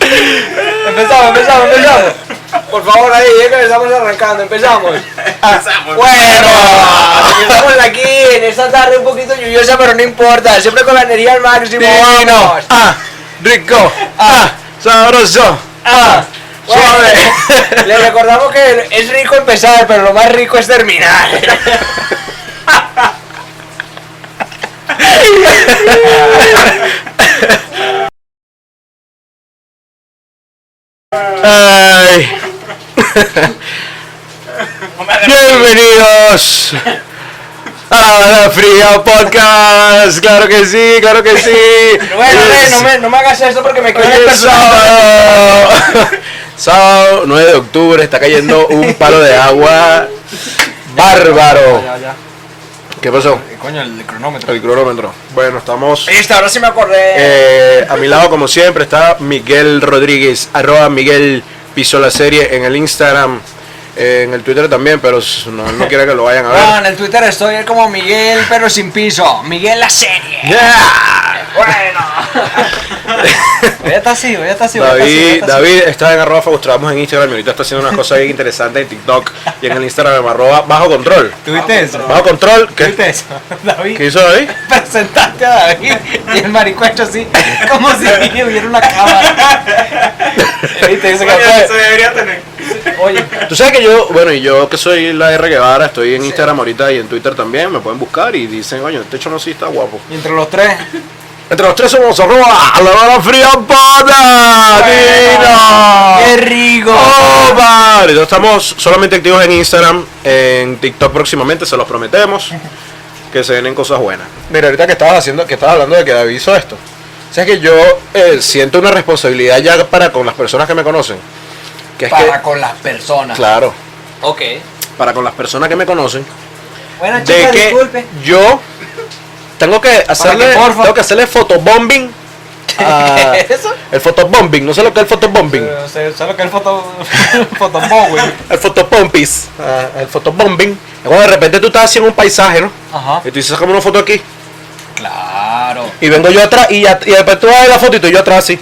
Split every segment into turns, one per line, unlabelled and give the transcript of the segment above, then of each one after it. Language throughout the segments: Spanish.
Empezamos, empezamos, empezamos. Por favor, ahí, ya que estamos arrancando, empezamos. Ah,
Empezamos.
Bueno, estamos aquí en esta tarde un poquito lluviosa, pero no importa, siempre con la energía al máximo.
Divino,
vamos.
ah, rico, ah, sabroso, ah,
Bueno, le recordamos que es rico empezar, pero lo más rico es terminar.
Ay. Bienvenidos a la Fría Podcast, claro que sí, claro que sí.
Bueno,
Es-
eh, no, me, no me hagas esto porque me
Hoy
quedo en el
es
personal.
sábado. Sábado 9 de octubre, está cayendo un palo de agua bárbaro.
Ya, ya.
¿Qué pasó?
Eh, Coño, el cronómetro.
El cronómetro. Bueno, estamos.
Listo, ahora sí me acordé.
eh, a mi lado, como siempre, está Miguel Rodríguez, arroba Miguel Piso la serie en el Instagram, eh, en el Twitter también, pero s- no, no quiere que lo vayan a
Ah, en
ver.
el Twitter estoy como Miguel, pero sin piso. Miguel la serie.
Yeah.
Bueno. Hoy está así, hoy está así. hoy está así, hoy
David,
está así.
David está en arroba Fagustramos en Instagram y ahorita está haciendo unas cosas bien interesantes en TikTok y en el Instagram arroba bajo control.
¿Tuviste eso?
Bajo control, ¿qué,
¿Tuviste eso? David.
Ah, ¿qué hizo David?
Presentaste a David y el marico ha hecho así, como si hubiera una cámara. ¿Viste? Eso que
Coño,
fue.
eso debería tener.
Oye,
Tú sabes que yo, bueno, y yo que soy la R Guevara, estoy en Instagram ahorita y en Twitter también, me pueden buscar y dicen, coño, este chamo sí está guapo.
y entre los tres.
Entre los tres somos arroba la bala fría pana,
¡Qué
divino.
rico!
¡Opa! Ahorita Estamos solamente activos en Instagram, en TikTok próximamente, se los prometemos que se vienen cosas buenas. Mira, ahorita que estabas haciendo, que estabas hablando de que David hizo esto. O sea, es que yo eh, siento una responsabilidad ya para con las personas que me conocen. Que es
Para
que,
con las personas.
claro,
Ok.
para con las personas que me conocen,
Bueno,
de
chicas,
que
disculpe.
yo tengo que hacerle
que, porfa.
tengo que hacerle fotobombing a-
¿Qué es eso?
el fotobombing no sé lo que es el fotobombing
Eh, sé- sé lo que es el foto... fotombón, güey.
el fotopompis ah, el fotobombing es cuando de repente tú estás haciendo un paisaje no
Ajá.
y tú dices como una foto aquí
Claro.
y vengo yo atrás y, at- y después tú vas a la foto y estoy yo atrás así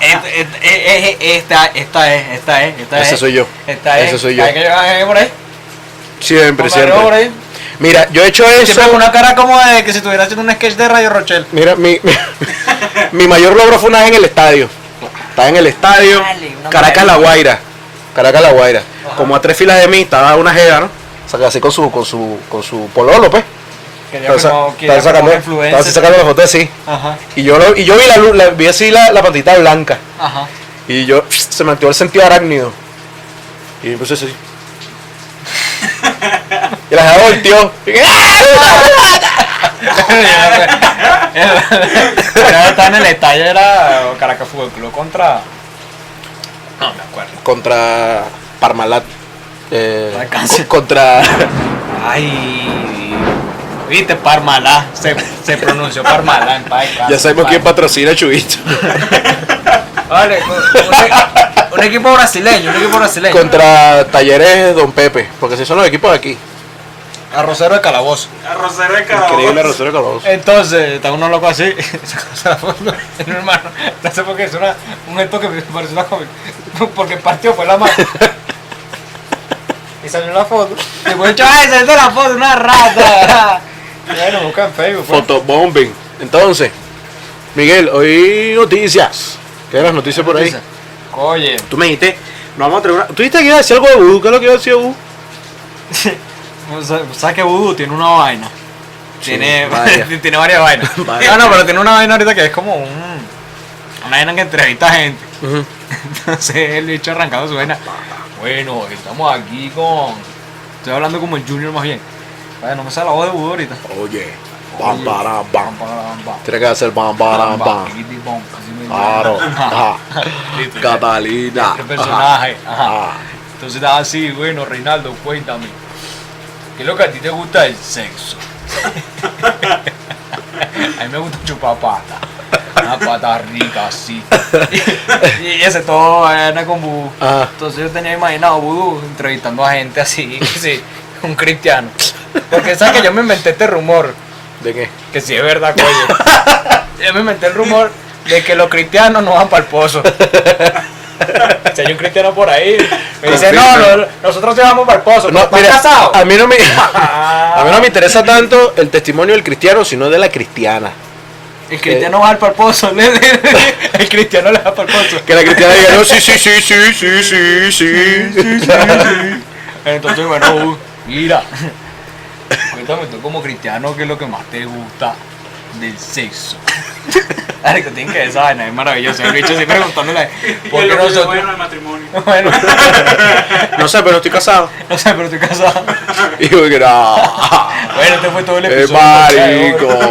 Et- et- e- e- Esta, esta es, esta es, esta es.
Ese soy yo.
Esta es.
Ese soy yo.
Hay que llevar por ahí.
siempre
Compadre,
siempre
por ahí.
mira yo he hecho eso
Siempre con una cara como de que si estuviera haciendo un sketch de Radio Rochelle.
mira mi, mi, mi mayor logro fue una vez en el estadio estaba en el estadio
Dale, una
Caracas La Guaira Caracas La Guaira
Ajá.
como a tres filas de mí estaba una jega no o sea, que así con su con su con su pololo pues
Quería
Estaba sa-
como,
estaba
quería como
sacando,
un
estaba así
influencer.
sacando la foto así.
Ajá,
Y yo, lo- y yo vi, la, luz, la- vi así la, la pantita blanca.
ajá.
Y yo se me activó el sentido arácnido. Y me puse así. y la jeva volteó. Y dije, "¡Ah!".
pues. Pero estaba pues, en el estadio, era Caracas Fútbol Club contra. No me acuerdo.
Contra Parmalat. eh,
Contra Cáncer.
co- contra.
Ay. Viste, Parmalá. Se, se pronunció Parmalá en paz.
ya sabemos quién patrocina a Chubito.
Vale, un, e-, un- un equipo brasileño, un equipo brasileño.
contra Talleres Don Pepe. Porque si son los equipos de aquí.
Arrocero de calabozo.
Arrocero de calabozo.
Increíble Rosario Calabozos.
Entonces, está uno loco así, se cruza la foto, y mi hermano, no sé por qué, es una, un gesto que me pareció una cómica, porque partió fue la mano. Y salió la foto, y fue hecho, ¡ay, salió la foto, una rata! bueno, busca en Facebook. pues.
Fotobombing. Entonces, Miguel, hoy noticias. ¿Qué eran las noticias por ahí?
Oye,
Tú me dijiste, no vamos a traer una. Tú dijiste que iba a decir algo de Vudú, ¿qué es lo que iba a decir de Vudú?
¿sabes que Voodoo tiene una vaina?
Sí,
tiene,
varias.
tiene varias vainas.
Varias.
No, no, pero tiene una vaina ahorita que es como un, una vaina que entrevista gente. Entonces el bicho arrancando su vena. Bueno, estamos aquí con. Estoy hablando como el Junior más bien. Bueno, no me sale la voz de Budo ahorita.
Oye, bam, baram,
Pam,
bam.
pam, pam, pam.
Tiene que hacer bam,
Pam,
baram,
pam,
bam.
tiquiti, pam, así me dice.
Claro.
Ajá.
Ajá.
Listo, ya.
Catalina.
Qué personaje. Ajá.
Ajá.
Entonces estaba así, bueno, Reinaldo, cuéntame. ¿Qué es lo que a ti te gusta del sexo? a mí me gusta chupar pata. Una pata rica así. y ese todo era con Vudú.
Ajá.
Entonces yo tenía imaginado Vudú entrevistando a gente así, que sí, un cristiano. Porque sabes que yo me inventé este rumor,
¿De qué?
que si es verdad, coño. yo me inventé el rumor de que los cristianos no van para el pozo. si hay un cristiano por ahí, me dice, no, no, nosotros te vamos para el pozo. No,
No,
¿Estás
mira,
casado? Ah,
a mí no me a mí no me interesa tanto el testimonio del cristiano, sino de la cristiana.
El cristiano va para el pozo. le- le- el cristiano le va para el pozo.
Que la cristiana diga, no, sí, sí, sí, sí, sí, sí, sí.
Entonces, bueno, uh, mira. Cuéntame tú como cristiano, ¿qué es lo que más te gusta del sexo? Ari, que tienen que ver esa vaina, es maravilloso. El bicho así preguntándole, ¿por
Y
qué
lo que es
nosotros?
bueno del matrimonio.
Bueno,
No sé, pero estoy casado.
no sé, pero estoy casado.
Y yo digo, no,
Bueno, este fue todo el
es
episodio.
Eh, marico.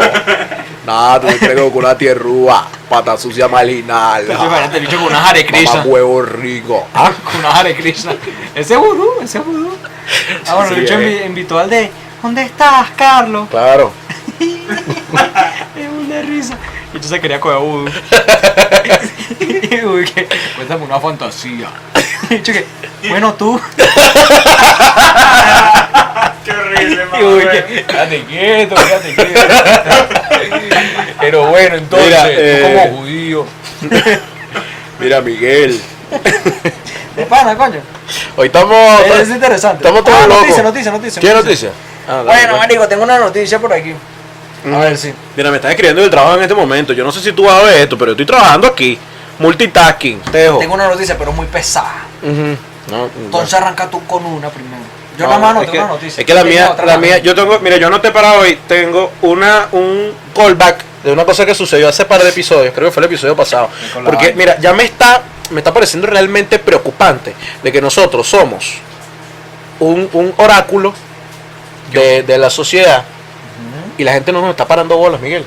Nada, tú te crees con una tierrúa, pata sucia malinal.
Entonces, imagínate, el este bicho con unas Hare
Mamá
Krishna.
huevo rico. Ah,
Con unas Hare Krishna. Ese es vudú, ese es vudú. Ah, bueno, el
Sí,
bicho
eh.
invi- invitó al de, ¿dónde estás, Carlos?
claro.
Es una risa. Y entonces quería coger a Voodoo. Y Voodoo que, cuéntame una fantasía. Y yo que, bueno tú.
Qué horrible,
Y Voodoo
mamá.
que, quédate quieto, quédate quieto. Pero bueno, entonces,
Mira,
tú
eh,
como judío.
Mira, Miguel.
De pana, coño.
Hoy estamos.
Eh, Es interesante.
Estamos todos
Ah,
locos.
noticia, noticia, noticia,
¿Qué
noticia?
noticia? Ah, dale,
Bueno,
pues. Mm.
marico, tengo una noticia por aquí. A ver si.
Mira, me están escribiendo del trabajo en este momento. Yo no sé si tú vas a ver esto, pero yo estoy trabajando aquí. Multitasking. Tejo.
Tengo una noticia, pero muy pesada.
Ujú. No,
Entonces arranca tú con una primero. Yo
no,
nada más
no,
no
es
tengo
que-
una noticia.
Es que la
Yo tenía
mía,
otra
la
más.
mía, yo tengo, mira, yo anoté para hoy, tengo una, un callback de una cosa que sucedió hace par de episodios, creo que fue el episodio pasado.
con la
Porque,
vaina.
mira, ya me está, me está pareciendo realmente preocupante de que nosotros somos un, un oráculo de, de la sociedad
Ujú.
y la gente no nos está parando bolas, Miguel.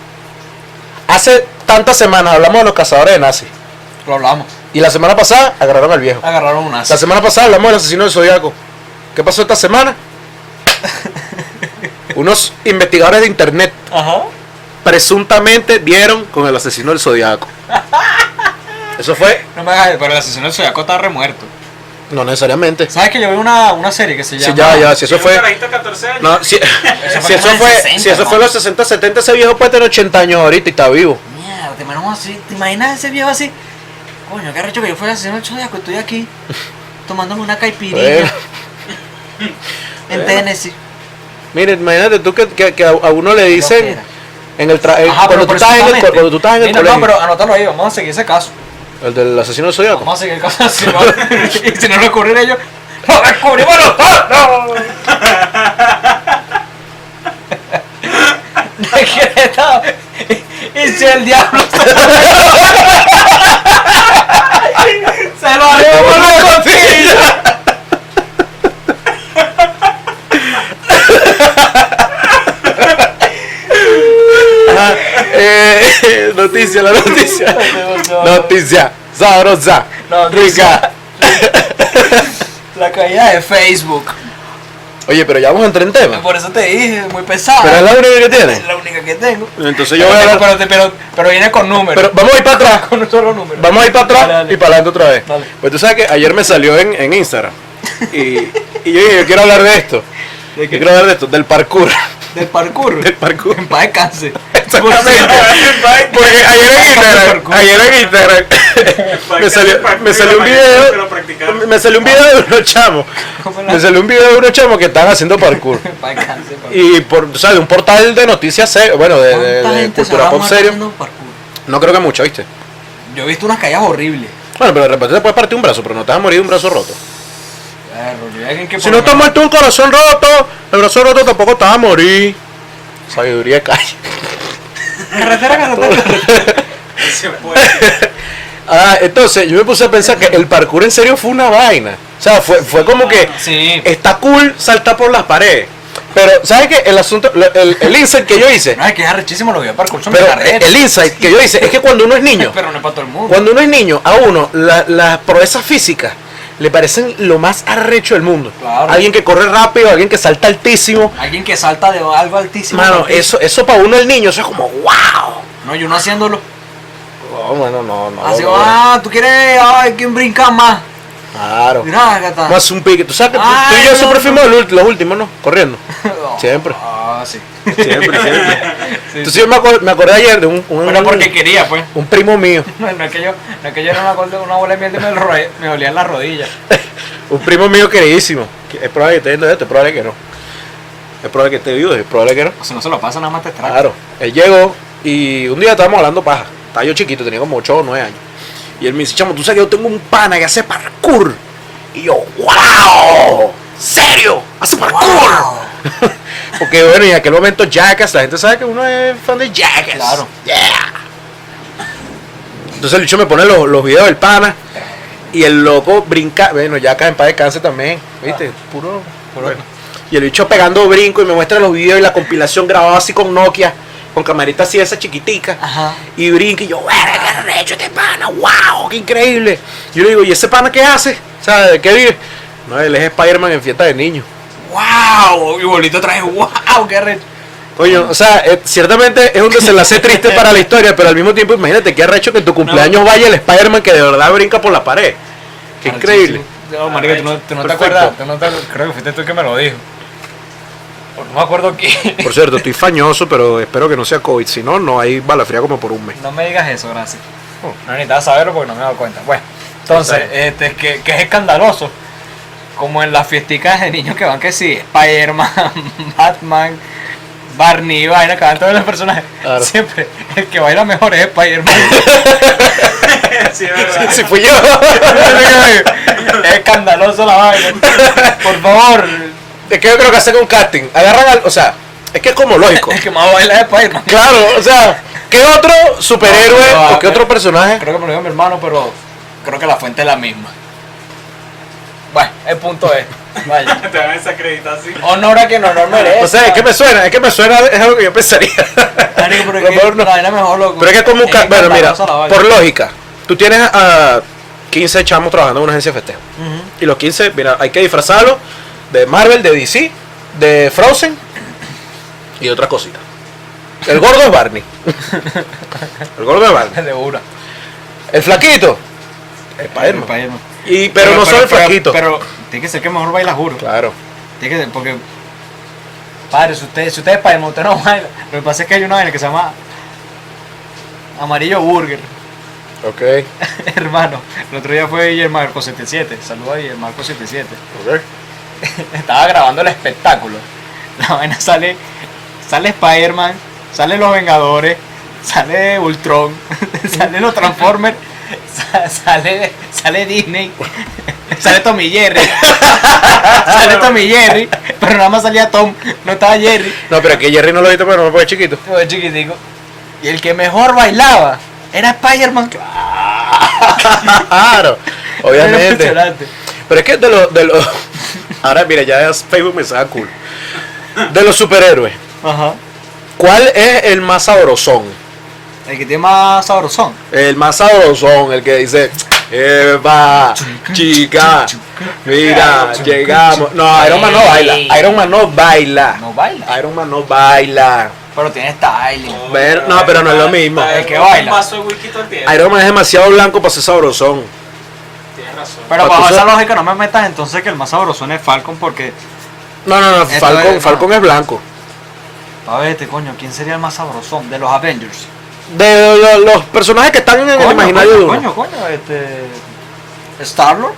Hace tantas semanas hablamos de los cazadores de nazis.
Lo hablamos.
Y la semana pasada agarraron al viejo.
Agarraron una.
La semana pasada hablamos del asesino del zodiaco. ¿Qué pasó esta semana? Unos investigadores de internet
Ajá.
presuntamente dieron con el asesino del zodiaco. Eso fue,
No me hagas, pero el asesino del zodiaco está remuerto.
no necesariamente.
¿Sabes que yo vi una, una serie que se llama?
Si ya, ya, si eso
Y un
fue.
carajito de 14 años.
No, si, si
fue como
eso
en el
fue,
60,
si eso fue
¿no?
los 60, 70, ese viejo puede tener 80 años ahorita y está vivo.
Mierda, te mandaron así. ¿Te imaginas ese viejo así? Coño, qué arrecho que yo fuera el asesino del zodiaco. Estoy aquí tomándome una
Bueno.
caipirinha en Tennessee.
Miren, imagínate tú que, que- que a a uno le dicen
Loquera.
en el tra- en-
Ajá,
Eh, cuando, tú
pero
estás en el, co-
presuntamente.
cuando tú estás en el
Mira,
colegio,
No, pero anótalo ahí. Vamos a seguir ese caso.
el del asesino del zodiaco.
Vamos a seguir el caso así. ¿no? y si no lo ocurriera yo... ¡Lo descubrimos nosotros! decretado. Y, y si el diablo se se lo haremos la costilla.
Ajá, Ah, eh, noticia, la noticia. Noticia, sabrosa,
Noticia.
rica.
La caída de Facebook.
Oye, pero ya vamos a entrar en tema.
Por eso te dije, es muy
Pero es
pesada.
la única que
Es
tiene.
la única que tengo.
Entonces yo
Pero,
voy a
tengo- pero,
hablar-
te- pero, pero viene con números.
Pero vamos a ir para atrás.
con un solo número.
Vamos a ir para atrás
Dale, dale.
y para adelante otra vez.
Dale.
Pues tú sabes que ayer me salió en, en Instagram. Y, y yo dije, yo quiero hablar de esto.
¿De
Yo
qué?
quiero hablar de esto, del parkour.
Del parkour.
Del parkour.
En paz descanse.
Exactamente. Porque ayer en Instagram, ayer en Instagram, me salió, me salió un video, me salió un video de unos chamos,
Ah. ¿Cómo la-
me salió un video de unos chamos que están haciendo parkour.
En paz descanse. parkour.
Y por, o sea, de un portal de noticias serio, bueno, de, de-
¿Cuánta
de
gente se
cultura
habrá
pop
muerto
serio.
haciendo parkour?
No creo que mucho, ¿viste?
Yo he visto unas caídas horribles.
Bueno, pero de repente te puedes partir un brazo, pero no te vas a morir de un brazo roto.
Claro, yo alguien que por
Si no
lo
te has
menos-
muerto un corazón roto, el brazo roto tampoco te vas a morir. Sabiduría de calle.
Carretera, carretera.
Ah, entonces yo me puse a pensar que el parkour en serio fue una vaina. O sea, fue, fue como que
Ah, Sí.
está cool saltar por las paredes. Pero, ¿sabes qué? El asunto, el, el insight que yo hice,
No, es que es arrechísimo lo que yo parkour. Ah, Son
pero eh,
carreras.
el insight que yo hice es que cuando uno es niño,
Pero no es para todo el mundo.
Cuando uno es niño, a uno la- las proezas físicas le parecen lo más arrecho del mundo.
Claro.
Alguien que corre rápido, alguien que salta altísimo.
Alguien que salta de algo altísimo.
Mano,
Altísimo.
eso, eso para uno el niño, eso es como wow.
No, yo no haciéndolo.
No, mano, no, no.
Así,
no, no.
ah, tú quieres, ay, ¿quién brinca más?
Claro.
Mira, gata.
Más un pique. Tú sabes que tú-
Ay,
tú y yo
no,
siempre
no.
fuimos los ult- los últimos, ¿no? Corriendo. Siempre.
Ah, así.
Siempre, siempre.
Sí,
Entonces yo me, acor- me acordé ayer de un, un,
Bueno, porque quería, pues.
un primo mío.
No es que yo no, es que yo no me acuerdo de una bola de miel que me, ro- me dolía en las rodillas.
Un primo mío queridísimo. que Es probable que esté viendo esto, es probable que no. Es probable que esté vivo, es probable que no.
O sea, no se lo pasa, nada más te extraña.
Claro. Él llegó y un día estábamos hablando paja. Estaba yo chiquito, tenía como 8 o 9 años. Y él me dice, chamo, tú sabes que yo tengo un pana que hace parkour. Y yo, wow, serio, hace parkour. Porque bueno, y en aquel momento Jackass, la gente sabe que uno es fan de Jackass.
Claro.
Yeah. Entonces el bicho me pone los, los videos del pana. Y el loco brinca, bueno, Jackass en paz descanse también, ¿viste? Ah, Puro, puro. Y el bicho pegando brinco y me muestra los videos y la compilación grabada así con Nokia, con camarita así esa chiquitica.
Ajá.
Y brinca y yo, verga, qué arrecho este pana, wow, qué increíble. Yo le digo, ¿y ese pana qué hace? ¿Sabes de qué vive? No, él es Spider-Man en fiesta de niños.
¡Wow! Y bolito trae, ¡Wow! ¡Qué recho!
Coño, o sea, eh, ciertamente es un desenlace triste para la historia, pero al mismo tiempo imagínate qué arrecho que en tu cumpleaños vaya el Spider-Man que de verdad brinca por la pared. Qué increíble.
No, marica, oh, tú no, tú no te
Perfecto.
acuerdas. tú no te acuerdas, creo que fuiste tú el que me lo dijo. O no me acuerdo quién.
Por cierto, estoy fañoso, pero espero que no sea COVID, si no, no hay bala fría como por un mes.
No me digas eso, gracias. No necesitaba saberlo porque no me he dado cuenta. Bueno, entonces,
Oh. Está
este, que, que es escandaloso. Como en las fiesticas de niños que van que sí, Spider-Man, Batman, Barney, vaina, que van todos los personajes.
Claro.
Siempre, el que baila mejor es Spider-Man.
Sí, es verdad.
Si fui yo.
es escandaloso la vaina. Por favor,
Es que yo creo que hacen un casting. Agarran al. O sea, es que es como lógico.
el que más baila es Spider-Man.
Claro, o sea, ¿qué otro superhéroe
No, no,
o qué otro personaje?
Creo que me lo dijo mi hermano, pero creo que la fuente es la misma. Bueno, el punto es. Vaya.
Te van a desacreditar así.
Honor a quien honor merece.
O sea, es que me suena, es que me suena, es algo que yo pensaría.
Marico, pero es
Lo
que
mejor no.
la vaina es mejor, loco.
Pero es que como un ca- Bueno, mira,
escandalosa la vaina.
por lógica, tú tienes a 15 chamos trabajando en una agencia de festejo.
Ujú.
Y los 15, mira, hay que disfrazarlo de Marvel, de DC, de Frozen y otra cosita. El gordo es Barney. El gordo es Barney.
De una.
El flaquito. El Spiderman.
Spiderman.
Y, pero, no solo el flaquito.
Pero, tiene que ser que mejor baila, juro.
claro.
Tiene que ser, porque. Padre, si usted, si usted es Spiderman, usted no baila. Lo que pasa es que hay una vaina que se llama. Amarillo Burger.
Ok.
Hermano, el otro día fue Guillermo 77. Saluda a Guillermo 77.
Ok.
estaba grabando el espectáculo. La vaina sale, sale Spider-Man, salen los Vengadores, sale Ultron, salen los Transformers, sa- sale, sale Disney, sale Tommy Jerry, sale Tommy Jerry, pero nada más salía Tom, no estaba Jerry,
No, pero que Jerry no lo viste porque no me puede chiquito.
Yo de chiquitico. Y el que mejor bailaba era Spider-Man.
Claro.
Era
Obviamente.
impresionante.
Pero es que de los. De los ahora, mira, ya es Facebook me saca cool. De los superhéroes,
Ajá.
¿cuál es el más sabrosón?
El que tiene más sabrosón.
El más sabrosón, el que dice. Eva, chica, mira, llegamos. No, Iron Man no baila. Iron Man no baila.
No baila.
Iron Man no baila.
Pero tiene styling.
Ver- no, pero no es lo mismo.
El que
Un
baila.
vaso de whisky todo el tiempo.
Iron Man es demasiado blanco para ser sabrosón.
Tienes razón.
Pero
Pa'
bajo
tú
esa
sa-
lógica no me metas entonces que el más sabrosón es Falcon porque,
No, no, no,
Esto
Falcon,
es-
Falcon es blanco.
a ver, este coño, ¿quién sería el más sabrosón de los Avengers?
De lo- los personajes que están en el
coño,
imaginario de
coño,
uno.
coño, coño, este... Star-Lord.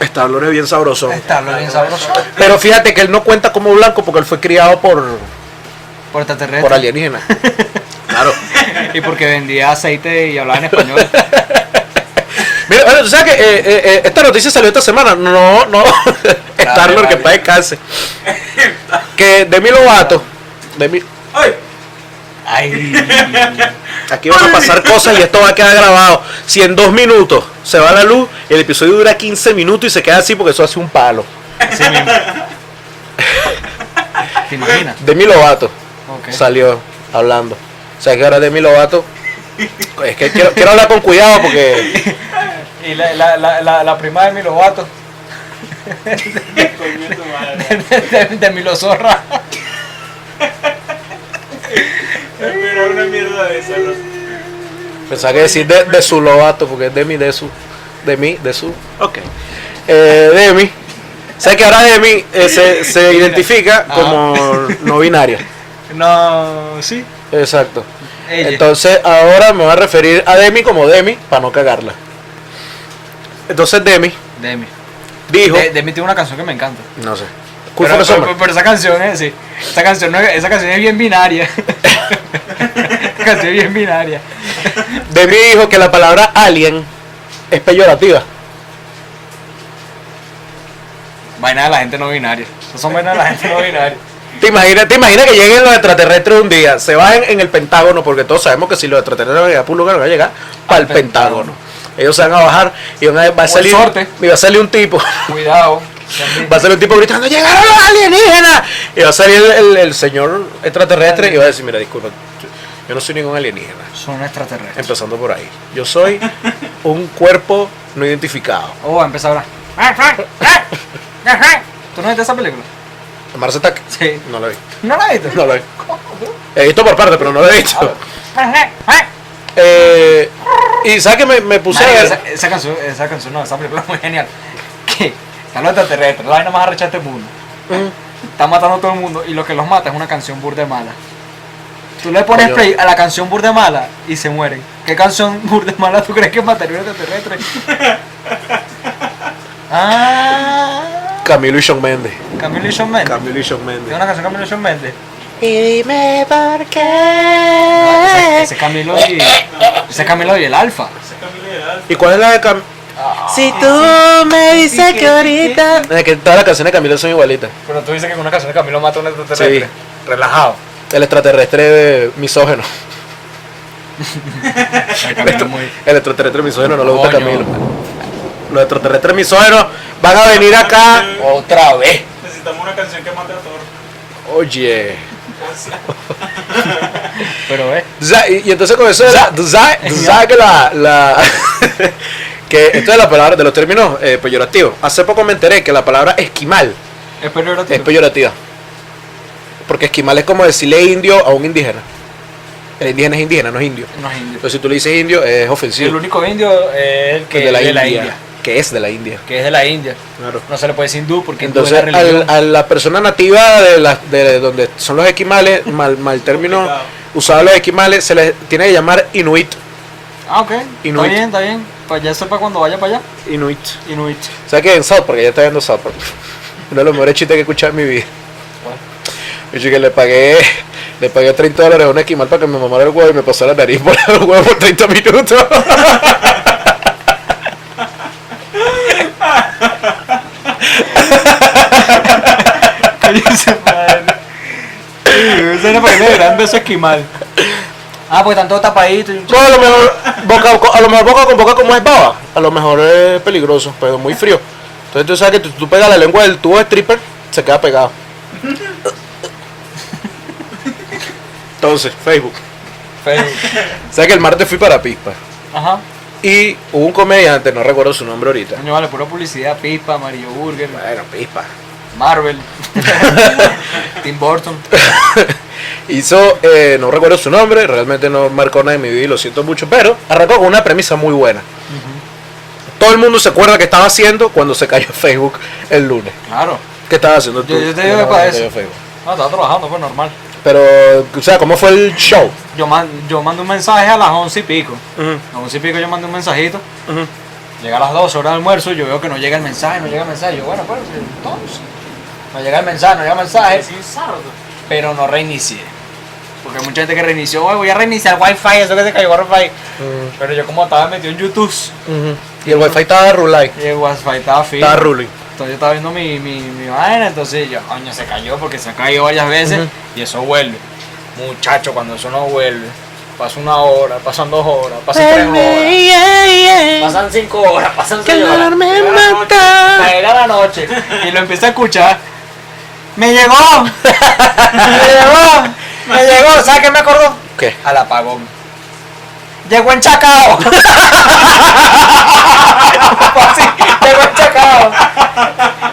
Star-Lord es bien sabroso.
Star-Lord bien sabrosón.
Pero fíjate que él no cuenta como blanco porque él fue criado por,
Por extraterrestre.
por alienígenas. claro.
Y porque vendía aceite y hablaba en español.
Mira, bueno, tú sabes que eh, eh, eh, esta noticia salió esta semana. No, no. Star-Lord que
vale.
para descanse. que Demi Lovato. Demi,
¡Ay!
Ay,
aquí van a pasar cosas y esto va a quedar grabado. Si en dos minutos se va la luz, el episodio dura 15 minutos y se queda así porque eso hace un palo.
sí mismo. ¿Te imaginas?
Demi Lovato.
Ok.
salió hablando. O sea, que ahora Demi Lovato. Es que quiero, quiero hablar con cuidado porque.
Y la, la, la, la, la prima de Milovato,
Coño de tu madre.
de, de, de Milozorra.
Pero una mierda de esa, ¿no?
Pensaba que decir de, de su Lovato, porque es Demi de su. Demi, de su. Ok. Eh, Demi. O sea, que ahora Demi eh, se, se identifica como no binaria.
No, sí.
Exacto.
Ella.
Entonces ahora me voy a referir a Demi como Demi para no cagarla. Entonces Demi
Demi.
dijo,
De- Demi tiene una canción que me encanta.
no sé, Cool
Pero, pero-
for the Summer.
pero esa canción es, sí. Esa canción, no es- esa canción es bien binaria. Esa canción es bien binaria.
Demi dijo que la palabra alien es peyorativa.
Vaina de la gente no binaria. Esas son vainas de la gente no binaria.
¿Te imaginas, te imaginas que lleguen los extraterrestres un día, se bajen en el Pentágono, porque todos sabemos que si los extraterrestres van a llegar por un lugar, van a llegar para el Pentágono. Ellos se van a bajar y van a- va, a
el
salir,
sorte.
y va a salir un tipo.
Cuidado. también.
Va a salir un tipo gritando, llegaron los alienígenas. Y va a salir el, el- el señor extraterrestre y va a decir, mira, disculpa, yo- yo no soy ningún alienígena.
Son extraterrestres.
Empezando por ahí. Yo soy un cuerpo no identificado.
Oh, empezó ahora. ¿Tú no viste esa película?
Mars Attack.
Sí.
No lo vi.
¿No la Ah, viste?
No lo vi.
¿Cómo?
He visto por parte, pero no lo he visto. Eh, y sabes que me, me puse
Marico,
a ver.
esa, esa canción, esa canción, no, esa película es muy genial. Que están los extraterrestres, la vaina más arrecha de este mundo.
Mm.
Están matando a todo el mundo y lo que los mata es una canción burde mala. Tú le pones
Coño.
play a la canción burde mala y se mueren. ¿Qué canción burde mala tú crees que mataría a un extraterrestre? ah,
Camilo y Shawn Mendes.
Camilo y Shawn Mendes.
Camilo y Shawn
¿Tiene
Mendes.
una canción Camilo y Shawn Mendes?
Y dime por
Ese,
qué.
ese es Camilo y. Ese es Camilo y el Alfa.
Esa Camila de Alfa.
¿Y cuál es la de Camilo? Si tú me dices que ahorita. Es que todas las canciones de Camilo son igualitas.
Pero tú dices que con una canción de Camilo mata a un
Sí.
extraterrestre. Relajado.
El extraterrestre eh, misógeno. El, extra- el extraterrestre misógeno no le gusta a
Coño.
Camilo. Los extraterrestres misógenos van a venir acá. Otra vez.
Necesitamos una canción que mate a Thor.
Oye.
Pero eh.
Tú sabes- Y, y entonces con eso de la, tú sabes, tú sabes que la, la- que esto de la palabra, de los términos eh, peyorativos. Hace poco me enteré que la palabra esquimal
Es peyorativo.
es peyorativa. Porque esquimal es como decirle indio a un indígena. El indígena es indígena, no es indio.
No es indio.
Entonces si tú le dices indio es ofensivo.
el único indio es el que
Pues El de la,
es de
India,
la India.
Que es de la India.
Que es de la India.
Claro.
No se le puede decir hindú porque hindú
Entonces
es la
al-
religión.
a la persona nativa de, la- de donde son los esquimales, mal, mal término
Complicado.
usado los esquimales, se les tiene que llamar inuit.
Ah, ok.
Inuit.
Está bien, está bien. Para ya sepa cuando vaya para allá.
Inuit.
Inuit.
O sea que en South Park, ya está viendo South Park. Uno de los mejores chistes que he escuchado en mi vida. Yo que le pagué, le pagué 30 dólares a un esquimal para que me mamara el huevo y me pasó la nariz por el huevo por 30 minutos.
Cállese, madre. Esa era para que le dieran beso esquimal. Ah, pues están todos tapaditos. y un
No,
ch-
a lo mejor boca, a lo mejor boca con boca como es baba, a lo mejor es peligroso, pero muy frío. Entonces tú sabes que tú, tú pegas la lengua del tubo de stripper, se queda pegado. Entonces, Facebook.
Facebook.
¿Sabes que el martes fui para Pispa?
Ajá.
Y hubo un comediante, no recuerdo su nombre ahorita.
Coño, vale, pura publicidad. Pipa, Mario Burger,
Bueno, Pispa.
Marvel, Tim Burton.
Hizo, eh, no recuerdo su nombre, realmente no marcó nada en mi vida y lo siento mucho, pero arrancó con una premisa muy buena. Todo el mundo se acuerda que estaba haciendo cuando se cayó Facebook el lunes.
Claro.
¿Qué estabas haciendo tú?
Yo- yo te digo que
no,
para
no,
eso.
yo Facebook.
No, estaba trabajando, pues normal.
Pero, o sea, ¿cómo fue el show?
Yo, man- yo mando un mensaje a las once y pico. A las once y pico yo mando un mensajito. Llega a las 12 horas de almuerzo y yo veo que no llega el mensaje, no llega el mensaje. Yo, bueno, pues entonces. No llega el mensaje, no llega el mensaje,
Es un sardo.
pero no reinicié. Porque hay mucha gente que reinició, "Oye, voy a reiniciar Wi-Fi, eso que se cayó Wi-Fi. Pero yo como estaba metido en YouTube
Y el wifi estaba rulay.
y el Wi-Fi estaba fijo.
Estaba ruling.
Entonces yo estaba viendo mi, mi, mi vaina, entonces yo, coño, se cayó porque se ha caído varias veces
Ujú.
y eso vuelve. Muchacho, cuando eso no vuelve, pasa una hora, pasan dos horas, pasan tres horas, pasan cinco horas, pasan seis horas. Cae la noche y lo empieza a escuchar. ¡Me llegó! ¡Me llegó! ¡Me llegó! ¿Sabes qué me acordó?
¿Qué?
Al apagón. ¡Llegó en Chacao! Así, llegó en Chacao.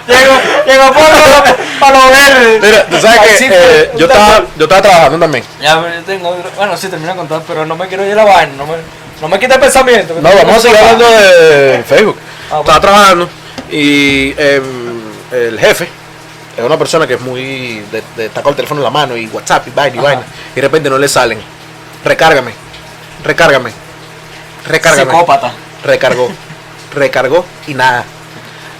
Llegó, llegó por lo, para lo verde.
Mira, tú sabes
Así fue,
que eh,
pues, un
yo,
tal-
estaba, yo estaba trabajando también.
Ya, pero yo tengo... otro- Bueno, sí, termino de contar, pero no me quiero ir a la vaina. No me, no me quita el pensamiento. que
No,
tengo
vamos a
otro
seguir
papá.
hablando de Facebook.
Ah, bueno.
Estaba trabajando y em, el jefe es una persona que es muy. De, de estar con el teléfono en la mano y WhatsApp y vaina y
Ajá.
vaina. Y de repente no le salen. Recárgame. Recárgame. Recárgame.
Psicópata.
Recargó. Recargó y nada.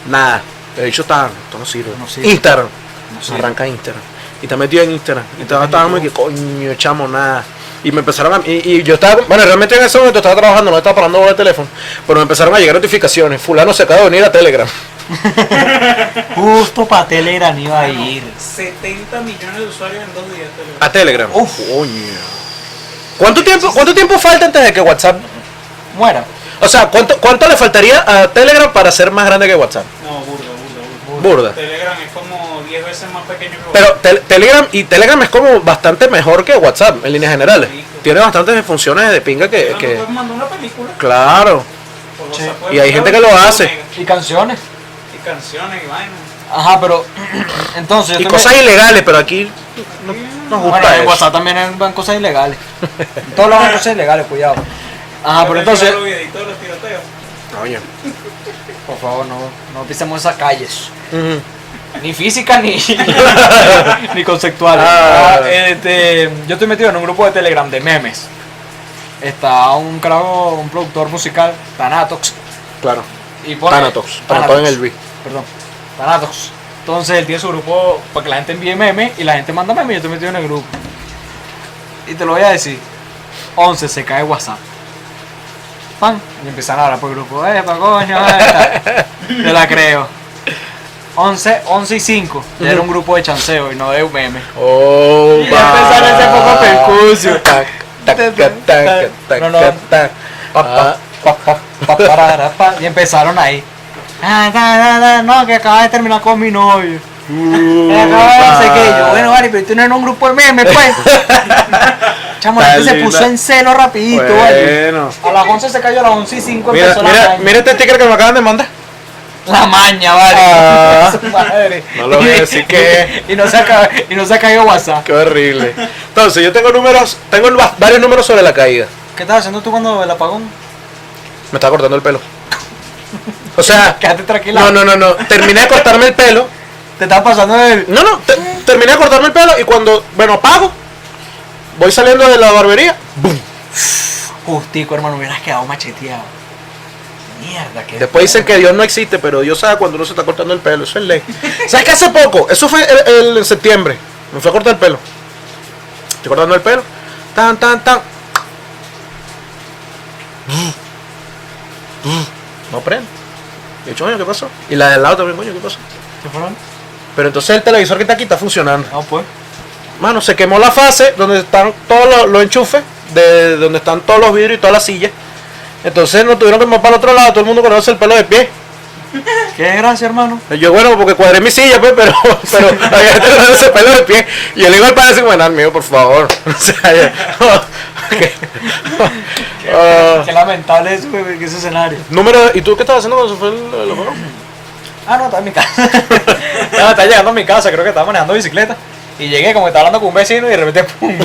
Nada. El hecho está. Esto no sirve.
No sirve.
Instagram.
No sirve.
Arranca Instagram. Y está metido en Instagram. Y estaba, estábamos que coño, chamo, nada. Y me empezaron a. Y, y yo estaba. Bueno, realmente en ese momento estaba trabajando, no estaba parando el teléfono. Pero me empezaron a llegar notificaciones. Fulano se acaba de venir a Telegram.
Justo para Telegram iba a ir.
70 millones de usuarios en dos días. te lo-
A Telegram.
Uf.
Coño. Uh, ¿Cuánto tiempo, ¿Cuánto tiempo falta antes de que WhatsApp?
Muera.
O sea, ¿cuánto, ¿cuánto le faltaría a Telegram para ser más grande que WhatsApp?
No, burda, burda, burda.
Burda.
Telegram es como 10 veces más pequeño que
Pero Tel- Telegram y Telegram es como bastante mejor que WhatsApp en líneas generales. Tiene bastantes funciones de pinga que,
Telegram
eh, que-
nos mandó una película.
claro.
por
Sí.
WhatsApp
Y hay gente que lo hace.
Y canciones.
Y canciones y vainas.
Ajá, pero entonces yo
Y
también-
cosas ilegales, pero aquí no nos gusta
Bueno, en
eso.
WhatsApp también van cosas ilegales. En todos lados hay cosas ilegales, cuidado. Ajá, Ah, pero
Yo te
entonces, Pues,
digo Los videitos de los tiroteos.
Coño.
por favor, no, no pisemos esas calles.
Ujú.
Ni física ni, ni conceptual.
Ah.
este, yo estoy metido en un grupo de Telegram de memes. Está un carajo, un productor musical, Thanatox.
Claro.
Y pone,
Thanatox, Thanatox en el beat.
Perdón, Thanatox. Entonces él tiene su grupo para que la gente envíe memes y la gente manda memes y yo estoy metido en el grupo. Y te lo voy a decir. 11 se cae WhatsApp. Pan. Y empiezan a hablar por el grupo. Eh, pa' coño, eh, tal. Te la creo. 11, 11 y 5. Ya era un grupo de chanceo y no de meme.
Oh,
Y empezaron ese poco percucio.
Tac, tac, tac, tac, tac,
No, no.
tac, tac.
Pa, pa,
Ah.
pa, pa, pa, parara, pa. Y empezaron ahí. Ah, da, da, da, no, que acaba de terminar con mi novio.
Uh,
Eh, acaba de no sé qué.
ah.
Y yo, bueno, vale, pero tú no eres un grupo de memes, pues. Chamo, la gente
Está
se puso
linda.
en celo rapidito, vale.
Bueno.
A las 11 se cayó, a las 11 y 5
Mira,
empezó la
mira,
maña.
mira este sticker que me acaban de mandar.
La maña, vale.
Ah.
Su madre.
No lo voy a decir que-
Y no se ha ca- y no se ha caído WhatsApp.
Qué horrible. Entonces, yo tengo números, tengo va- varios números sobre la caída.
¿Qué estabas haciendo tú cuando el apagón?
Me estaba cortando el pelo. O sea,
Quédate tranquila.
no, no, no, no. Terminé de cortarme el pelo.
Te estaba pasando el.
No, no, te- terminé de cortarme el pelo y cuando, bueno, pago, voy saliendo de la barbería. ¡Bum!
Justico, hermano, hubieras quedado macheteado. Mierda, que.
Después dicen que Dios no existe, pero Dios sabe cuando uno se está cortando el pelo, eso es ley. ¿Sabes que hace poco? Eso fue el, el- en septiembre. Me fue a cortar el pelo. Estoy cortando el pelo. Tan, tan, tan. No prende. Y yo, coño, ¿qué pasó? Y la del lado también, coño, ¿qué pasó?
¿Qué fueron?
Pero entonces el televisor que está aquí está funcionando.
No, pues.
Mano, se quemó la fase donde están todos los, los enchufes, de donde están todos los vidrios y todas las sillas. Entonces nos tuvieron que mover para el otro lado, todo el mundo conoce el pelo de pie.
Qué desgracia, hermano.
Yo, bueno, porque cuadré mi silla, pues, pero, pero había gente con ese pelo de pie. Y yo le digo al padre así, bueno, amigo, por favor. O sea, yo, ok. Ah,
Qué lamentable es güey, que ese escenario.
número, ¿y tú qué estabas haciendo cuando se fue el, el apagón?
Ah, no, estaba en mi casa. estaba, estaba llegando a mi casa, creo que estaba manejando bicicleta. Y llegué como que estaba hablando con un vecino y de repente pum.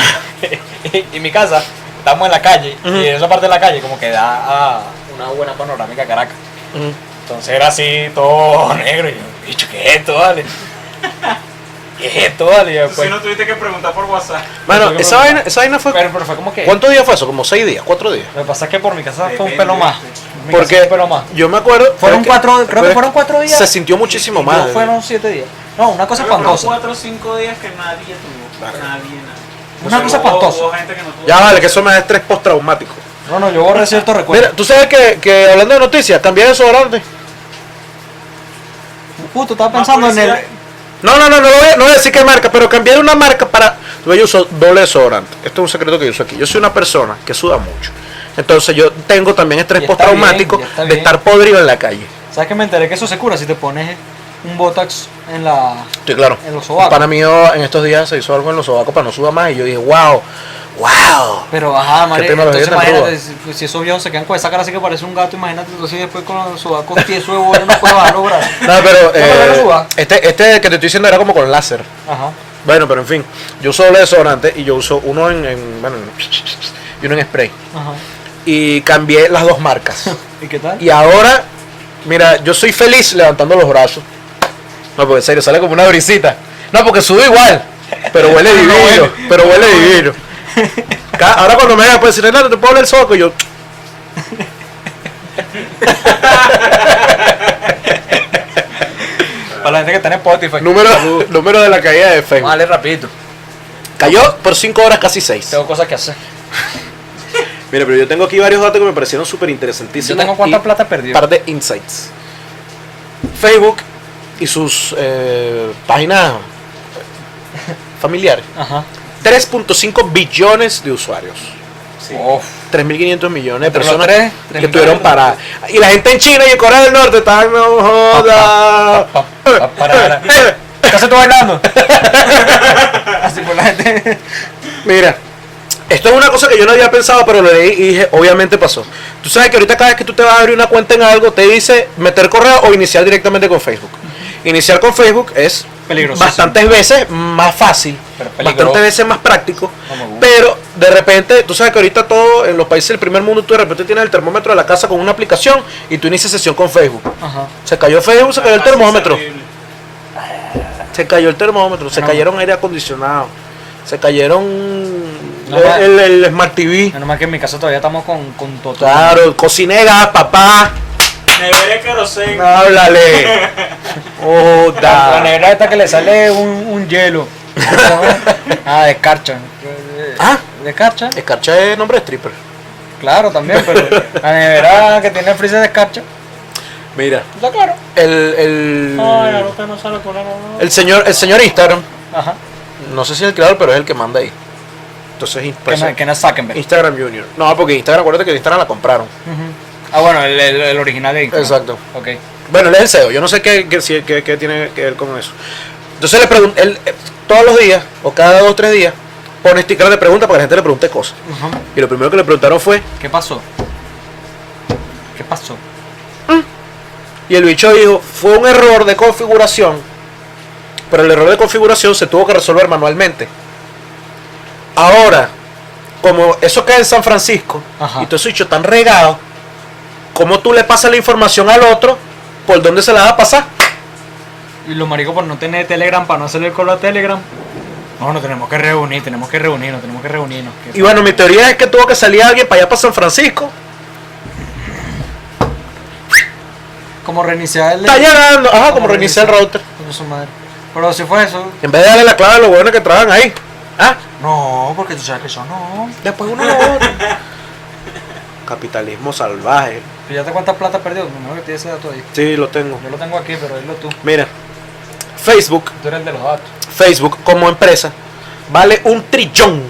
y, y mi casa, estamos en la calle. Y en esa parte de la calle como que da a una buena panorámica de Caracas. Entonces era así, todo negro. Y yo, bicho, ¿qué es esto, vale? ¿Qué es esto, vale? Y
Entonces,
después,
si no tuviste que preguntar por WhatsApp.
Bueno, esa vaina, esa vaina fue.
pero, pero fue como que.
¿Cuántos días fue eso? Como seis días, cuatro días.
Lo que pasa es que por mi casa fue un
Depende,
pelo más.
¿viste?
Mi casa
Porque
fue un pelo más.
yo me acuerdo.
Fueron
es que-
cuatro, creo
pero
que
es
fueron cuatro días.
Se sintió muchísimo
y
más.
yo fueron siete días. No, una cosa
Creo que fueron
espantosa.
cuatro o cinco días que nadie tuvo.
Claro.
Nadie, nadie.
Una
Hubo-
cosa espantosa.
Hubo gente que no tuvo.
Ya vale, que eso me da estrés postraumático.
No, no, yo borré cierto
Mira,
recuerdo.
tú sabes que, que hablando de noticias, cambié de desodorante.
Justo estaba
Más
pensando en el.
publicidad.
No, no, no, no, voy, a- no voy a decir qué marca, pero cambié de una marca para. Yo uso doble desodorante. Esto es un secreto que yo uso aquí. Yo soy una persona que suda mucho. Entonces yo tengo también estrés
Y está
postraumático
bien, y está
de
bien.
estar podrido en la calle.
¿Sabes que me enteré que eso se cura si te pones un botox en la.
Estoy claro.
En los sobacos.
Un Pana mío en estos días se hizo algo en los sobacos para no sudar más. Y yo dije, wow, wow.
Pero ajá, María,
tecnología
entonces
tan ruda.
imagínate, si, pues, si esos viejos se quedan con esa cara así que parece un gato, imagínate, entonces después con los sobacos tiesos de bola no puede bajar los brazos.
No,
pero
pero. eh,
no suda.
este, este que te estoy diciendo era como con láser.
Ajá.
Bueno, pero en fin. Yo uso doble desodorante y yo uso uno en. en- bueno, en- y uno en spray.
Ajá.
Y cambié las dos marcas.
¿Y qué tal?
Y ahora, mira, yo soy feliz levantando los brazos. No, porque en serio, sale como una brisita. No, porque sube igual. Pero huele
No
divino.
huele.
Pero huele divino. Ca- Ahora cuando me vean, pues decir, Renato, te puedo hablar el soco. Y yo.
Para la gente que está en Spotify.
Número, número de la caída de Facebook.
Vale, rapidito.
Cayó por 5 horas, casi 6.
Tengo cosas que hacer.
Mira, pero yo tengo aquí varios datos que me parecieron súper interesantísimos.
Yo tengo cuánta
y
plata perdida.
Un par de insights. Facebook y sus eh, páginas eh, familiares.
Ajá.
3.5 billones de usuarios.
Sí.
Uf.
3.500 millones
Entre
de
los
personas
tres,
que
3.500.
estuvieron paradas. Y la gente en China y en Corea del Norte estaban, no Eh, joda.
Pa- pa- pa- para- para. ¿Qué haces tú bailando? Así por la gente.
Mira, esto es una cosa que yo no había pensado, pero lo leí y dije, obviamente pasó. Tú sabes que ahorita cada vez que tú te vas a abrir una cuenta en algo, te dice meter correo o iniciar directamente con Facebook. Iniciar con Facebook es
Peligrosísimo.
bastantes veces más fácil,
Pero peligroso.
bastantes veces más práctico,
No me gusta.
pero de repente, tú sabes que ahorita todo en los países del primer mundo, tú de repente tienes el termómetro de la casa con una aplicación y tú inicias sesión con Facebook.
Ajá.
Se cayó Facebook, se cayó el
Así es
termómetro.
horrible.
Se cayó el termómetro, se
No.
cayeron aire acondicionado, se cayeron
No,
el-
va.
el, el Smart TV.
Menos mal que en mi casa todavía estamos con, con total.
Claro, cocinera, papá,
Nevera querosén.
háblale.
La la
Joda.
nevera esta que le sale un, un hielo. ah, de escarcha.
Ah.
¿De escarcha?
Escarcha es nombre de stripper.
Claro, también, pero la nevera que tiene el freezer de escarcha.
Mira,
Está claro.
el, el,
Ay, la ropa no sale con la no.
el señor, el señor Instagram,
Ajá.
no sé si es el creador, pero es el que manda ahí. Entonces,
Que no,
Instagram,
que no es Zuckerberg.
Instagram Junior. No, porque Instagram, acuérdate que Instagram la compraron.
Ujú. Ah, bueno, el, el- el original de Instagram.
Exacto.
Ok.
Bueno, él es el CEO. Yo no sé qué, qué- si- qué- qué tiene que ver con eso. Entonces le pregunto, él eh, todos los días o cada dos o tres días pone stickers de preguntas para que la gente le pregunte cosas.
Ajá.
Y lo primero que le preguntaron fue,
¿Qué pasó? ¿Qué pasó?
y el bicho dijo, fue un error de configuración, pero el error de configuración se tuvo que resolver manualmente. Ahora, como eso cae en San Francisco,
Ajá.
y todos esos bichos tan regados, ¿cómo tú le pasas la información al otro? ¿Por dónde se la va a pasar?
Y los maricos por no tener Telegram, para no hacerle el colo a Telegram. No, nos tenemos que reunir, tenemos que reunirnos, tenemos que reunirnos.
Y bueno, mi teoría es que tuvo que salir alguien para allá para San Francisco.
Como reiniciar el...
Está llegando, ajá, como reiniciar el router.
Coño, su madre. Pero si fue eso,
En vez de darle la clave a los buenos que trabajan ahí. Ah,
No, porque tú sabes que eso no.
después uno lo borra. Capitalismo salvaje.
Fíjate cuánta plata perdió. Me imagino que tiene ese dato ahí.
Sí, lo tengo.
Yo lo tengo aquí, pero lo tú.
Mira, Facebook,
Tú eres el de los datos.
Facebook como empresa vale un trillón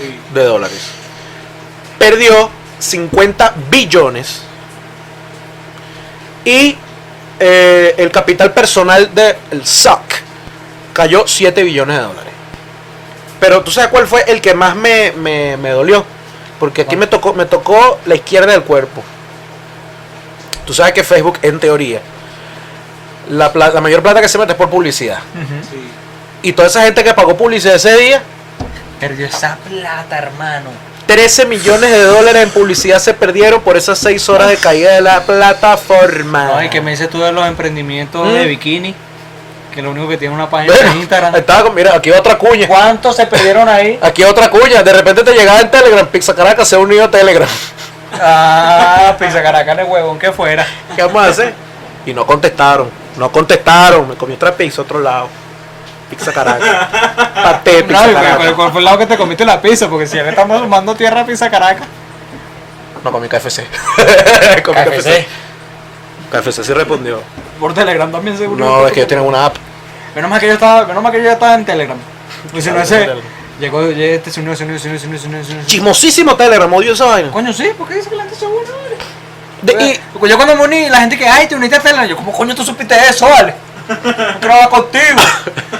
Sí.
de dólares. Perdió 50 billones. Y eh, el capital personal del el SOC cayó 7 billones de dólares. Pero tú sabes cuál fue el que más me, me- me dolió. Porque aquí me tocó, me tocó la izquierda del cuerpo. Tú sabes que Facebook, en teoría, la, pla- la mayor plata que se mete es por publicidad.
Sí.
Y toda esa gente que pagó publicidad ese día,
Perdió esa plata, hermano.
13 millones de dólares en publicidad se perdieron por esas 6 horas de caída de la plataforma.
Ay, que me dices tú de los emprendimientos de
Ah. Mm.
bikini. Que lo único que tiene una página
Bueno,
en Instagram.
ahí estaba con- mira, aquí otra cuña.
¿Cuántos se perdieron ahí?
Aquí otra cuña. De repente te llegaba en Telegram. Pizza Caracas se ha unido a Telegram.
ah, pizza caracas de huevón que fuera.
¿Qué vamos a hacer? Y no contestaron. No contestaron. Me comí otra pizza otro lado. Pizza Caracas. Paté,
No,
Eh, Pizza
pero- pero
Caracas.
¿cuál fue el lado que te comiste la pizza? Porque si ya le estamos sumando tierra a pizza caracas.
No comí KFC. comí KFC.
KFC.
KFC sí respondió.
Por Telegram también seguro.
No, es que yo tengo una app.
Menos mal que yo estaba, menos mal que yo ya estaba en Telegram. Y si no ese
Telegram.
llegó oye, este se unió, se unió, se unió, se unió, se unió, se unió.
Chismosísimo Telegram. Odio esa vaina.
Coño, sí, ¿por qué dice que la gente se une? vale?
De- y-
Porque pues yo cuando me uní, la gente que, ay, te uniste a Telegram, yo, ¿cómo coño tú supiste eso, vale? Yo trabajo contigo.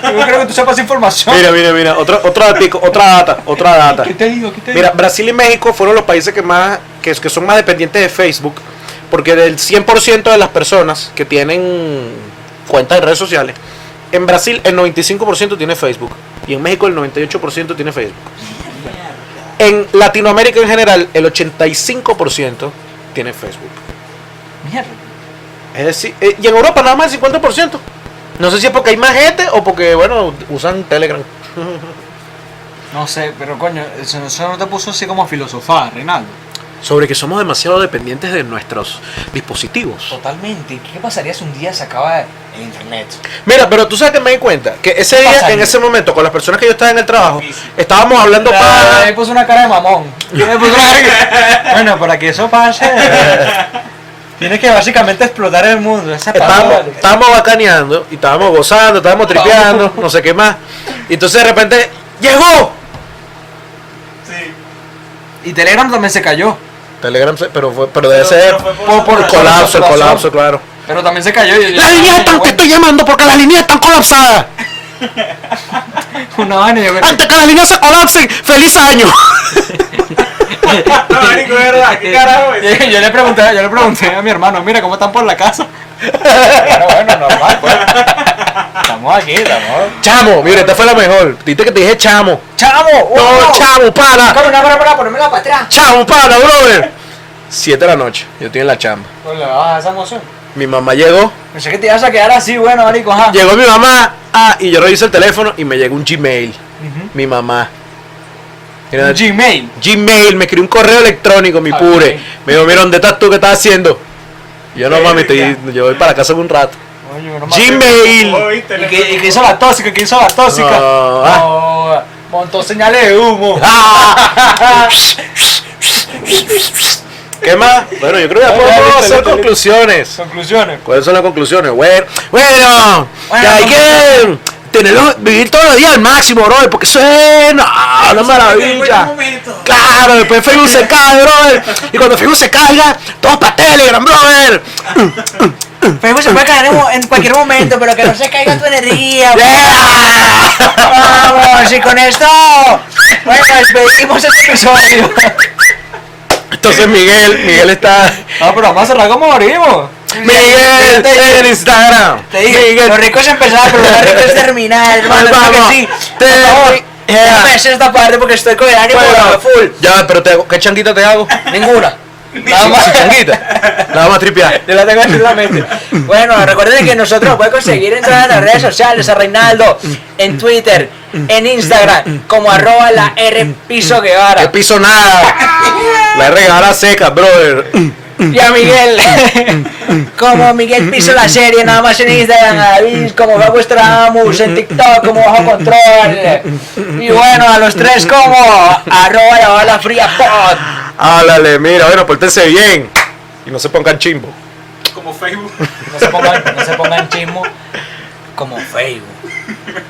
Yo creo que tú sepas información.
Mira, mira, mira, otra, otra datico, otra data, otra data.
¿Qué te digo? ¿Qué te
Mira, Brasil y México fueron los países que más, que, que son más dependientes de Facebook, porque del 100% de las personas que tienen cuentas de redes sociales, en Brasil el 95% tiene Facebook y en México el 98% tiene Facebook. En Latinoamérica en general el 85% tiene Facebook.
digo? Mierda.
Es decir, eh, y en Europa nada más el 50%. No sé si es porque hay más gente o porque, bueno, usan Telegram.
No sé, pero coño, eso eso no te puso así como a filosofar, Reinaldo.
Sobre que somos demasiado dependientes de nuestros dispositivos.
Totalmente. ¿Qué pasaría si un día se acaba el internet?
Mira, pero tú sabes que me di cuenta que ese día,
Pasa,
en
amigo.
ese momento, con las personas que yo estaba en el trabajo,
Difícil.
estábamos hablando
Ah,
para.
me puso una cara de mamón. Me puso una cara que- Bueno, para que eso pase, tienes que básicamente explotar el mundo. Esa
Estábamos,
palabra.
estábamos bacaneando y estábamos gozando, estábamos tripeando, no sé qué más. Y entonces de repente, ¡llegó!
Sí.
Y Telegram también se cayó.
Telegram, se- pero, fue, pero debe
Pero-
ser
pero fue
por,
por-
por
por
colapso, el
colapso.
colapso, claro.
Pero también se cayó. y-
Las líneas están, te estoy llamando porque las líneas están colapsadas.
Una vaina, yo creo que-
Antes que las líneas se colapsen, feliz año.
No, marico, es verdad, ¿qué carajo es?
yo, yo le pregunté, yo le pregunté a mi hermano, mira cómo están por la casa. Pero bueno, normal, pues. Estamos aquí, estamos.
Chamo, mira, esta fue la mejor. Diste que te dije chamo.
¡Chamo!
No, chamo, pana.
una para, para, ponérmela para atrás.
Chamo, pana, brother. Siete de la noche, yo estoy en la chamba.
Pues le vas a esa emoción.
Mi mamá llegó,
Pensé que te ibas a quedar así, bueno, marico, ajá.
llegó mi mamá, ah, y yo revisé el teléfono y me llegó un Gmail. Mi mamá. Era-
Ujú. Gmail.
Gmail, me escribió un correo electrónico, mi
Ah,
pure.
bien.
Me dijo, mira, ¿dónde estás tú? ¿Qué estás haciendo? Y yo no
Verga.
mami, estoy- yo voy para casa en un rato.
Coño, no me
Oh,
Gmail.
viste,
acuerdo.
le-
¿Y que, y que hizo la tóxica, que hizo la tóxica.
No,
No, montó señales de humo.
Ah. ¿Qué más? Bueno, yo creo que ya
Bueno, ya
podemos
listo,
hacer
listo, listo.
conclusiones.
Conclusiones.
¿Cuáles son las conclusiones? Bueno, bueno, que
Bueno,
hay que tenerlo, vivir todos los días al máximo, brother, porque eso es no, una
Buen
maravilla.
momento.
Claro, después Facebook se cae, brother. Y cuando Facebook se caiga, todos para Telegram, brother.
Facebook se puede caer en, mo- en cualquier momento, pero que no se caiga tu energía.
Yeah.
Vamos, y con esto, bueno, despedimos este episodio.
Entonces Miguel, Miguel está.
Ah, pero vamos a cerrar como morimos.
Miguel en Instagram.
Te dije,
Miguel.
lo rico es empezar, pero lo rico es terminar, hermano.
Vamos.
Pues Vamos, que sí. Por
Te-
favor,
Yeah.
no me haces esta parte porque estoy con el ánimo
Bueno,
full.
Ya, pero te hago, ¿qué changuita te hago?
Ninguna. Nada más.
Sin changuita. Nada más tripear.
Yo la tengo en la mente. Bueno, recuerden que nosotros nos pueden conseguir en todas las redes sociales, a Reinaldo, en Twitter, en Instagram, como arroba la R Piso
El
Guevara.
piso nada. La regalada seca, brother.
Y a Miguel, como Miguel Piso la serie, nada más en Instagram, a David, como va vuestra Amus, en TikTok, como Bajo Control. Y bueno, a los tres como arroba la bala fría pod.
Álale, mira, bueno, pórtense bien. Y no se pongan chimbo.
Como Facebook.
No se pongan, no se pongan chismo como Facebook.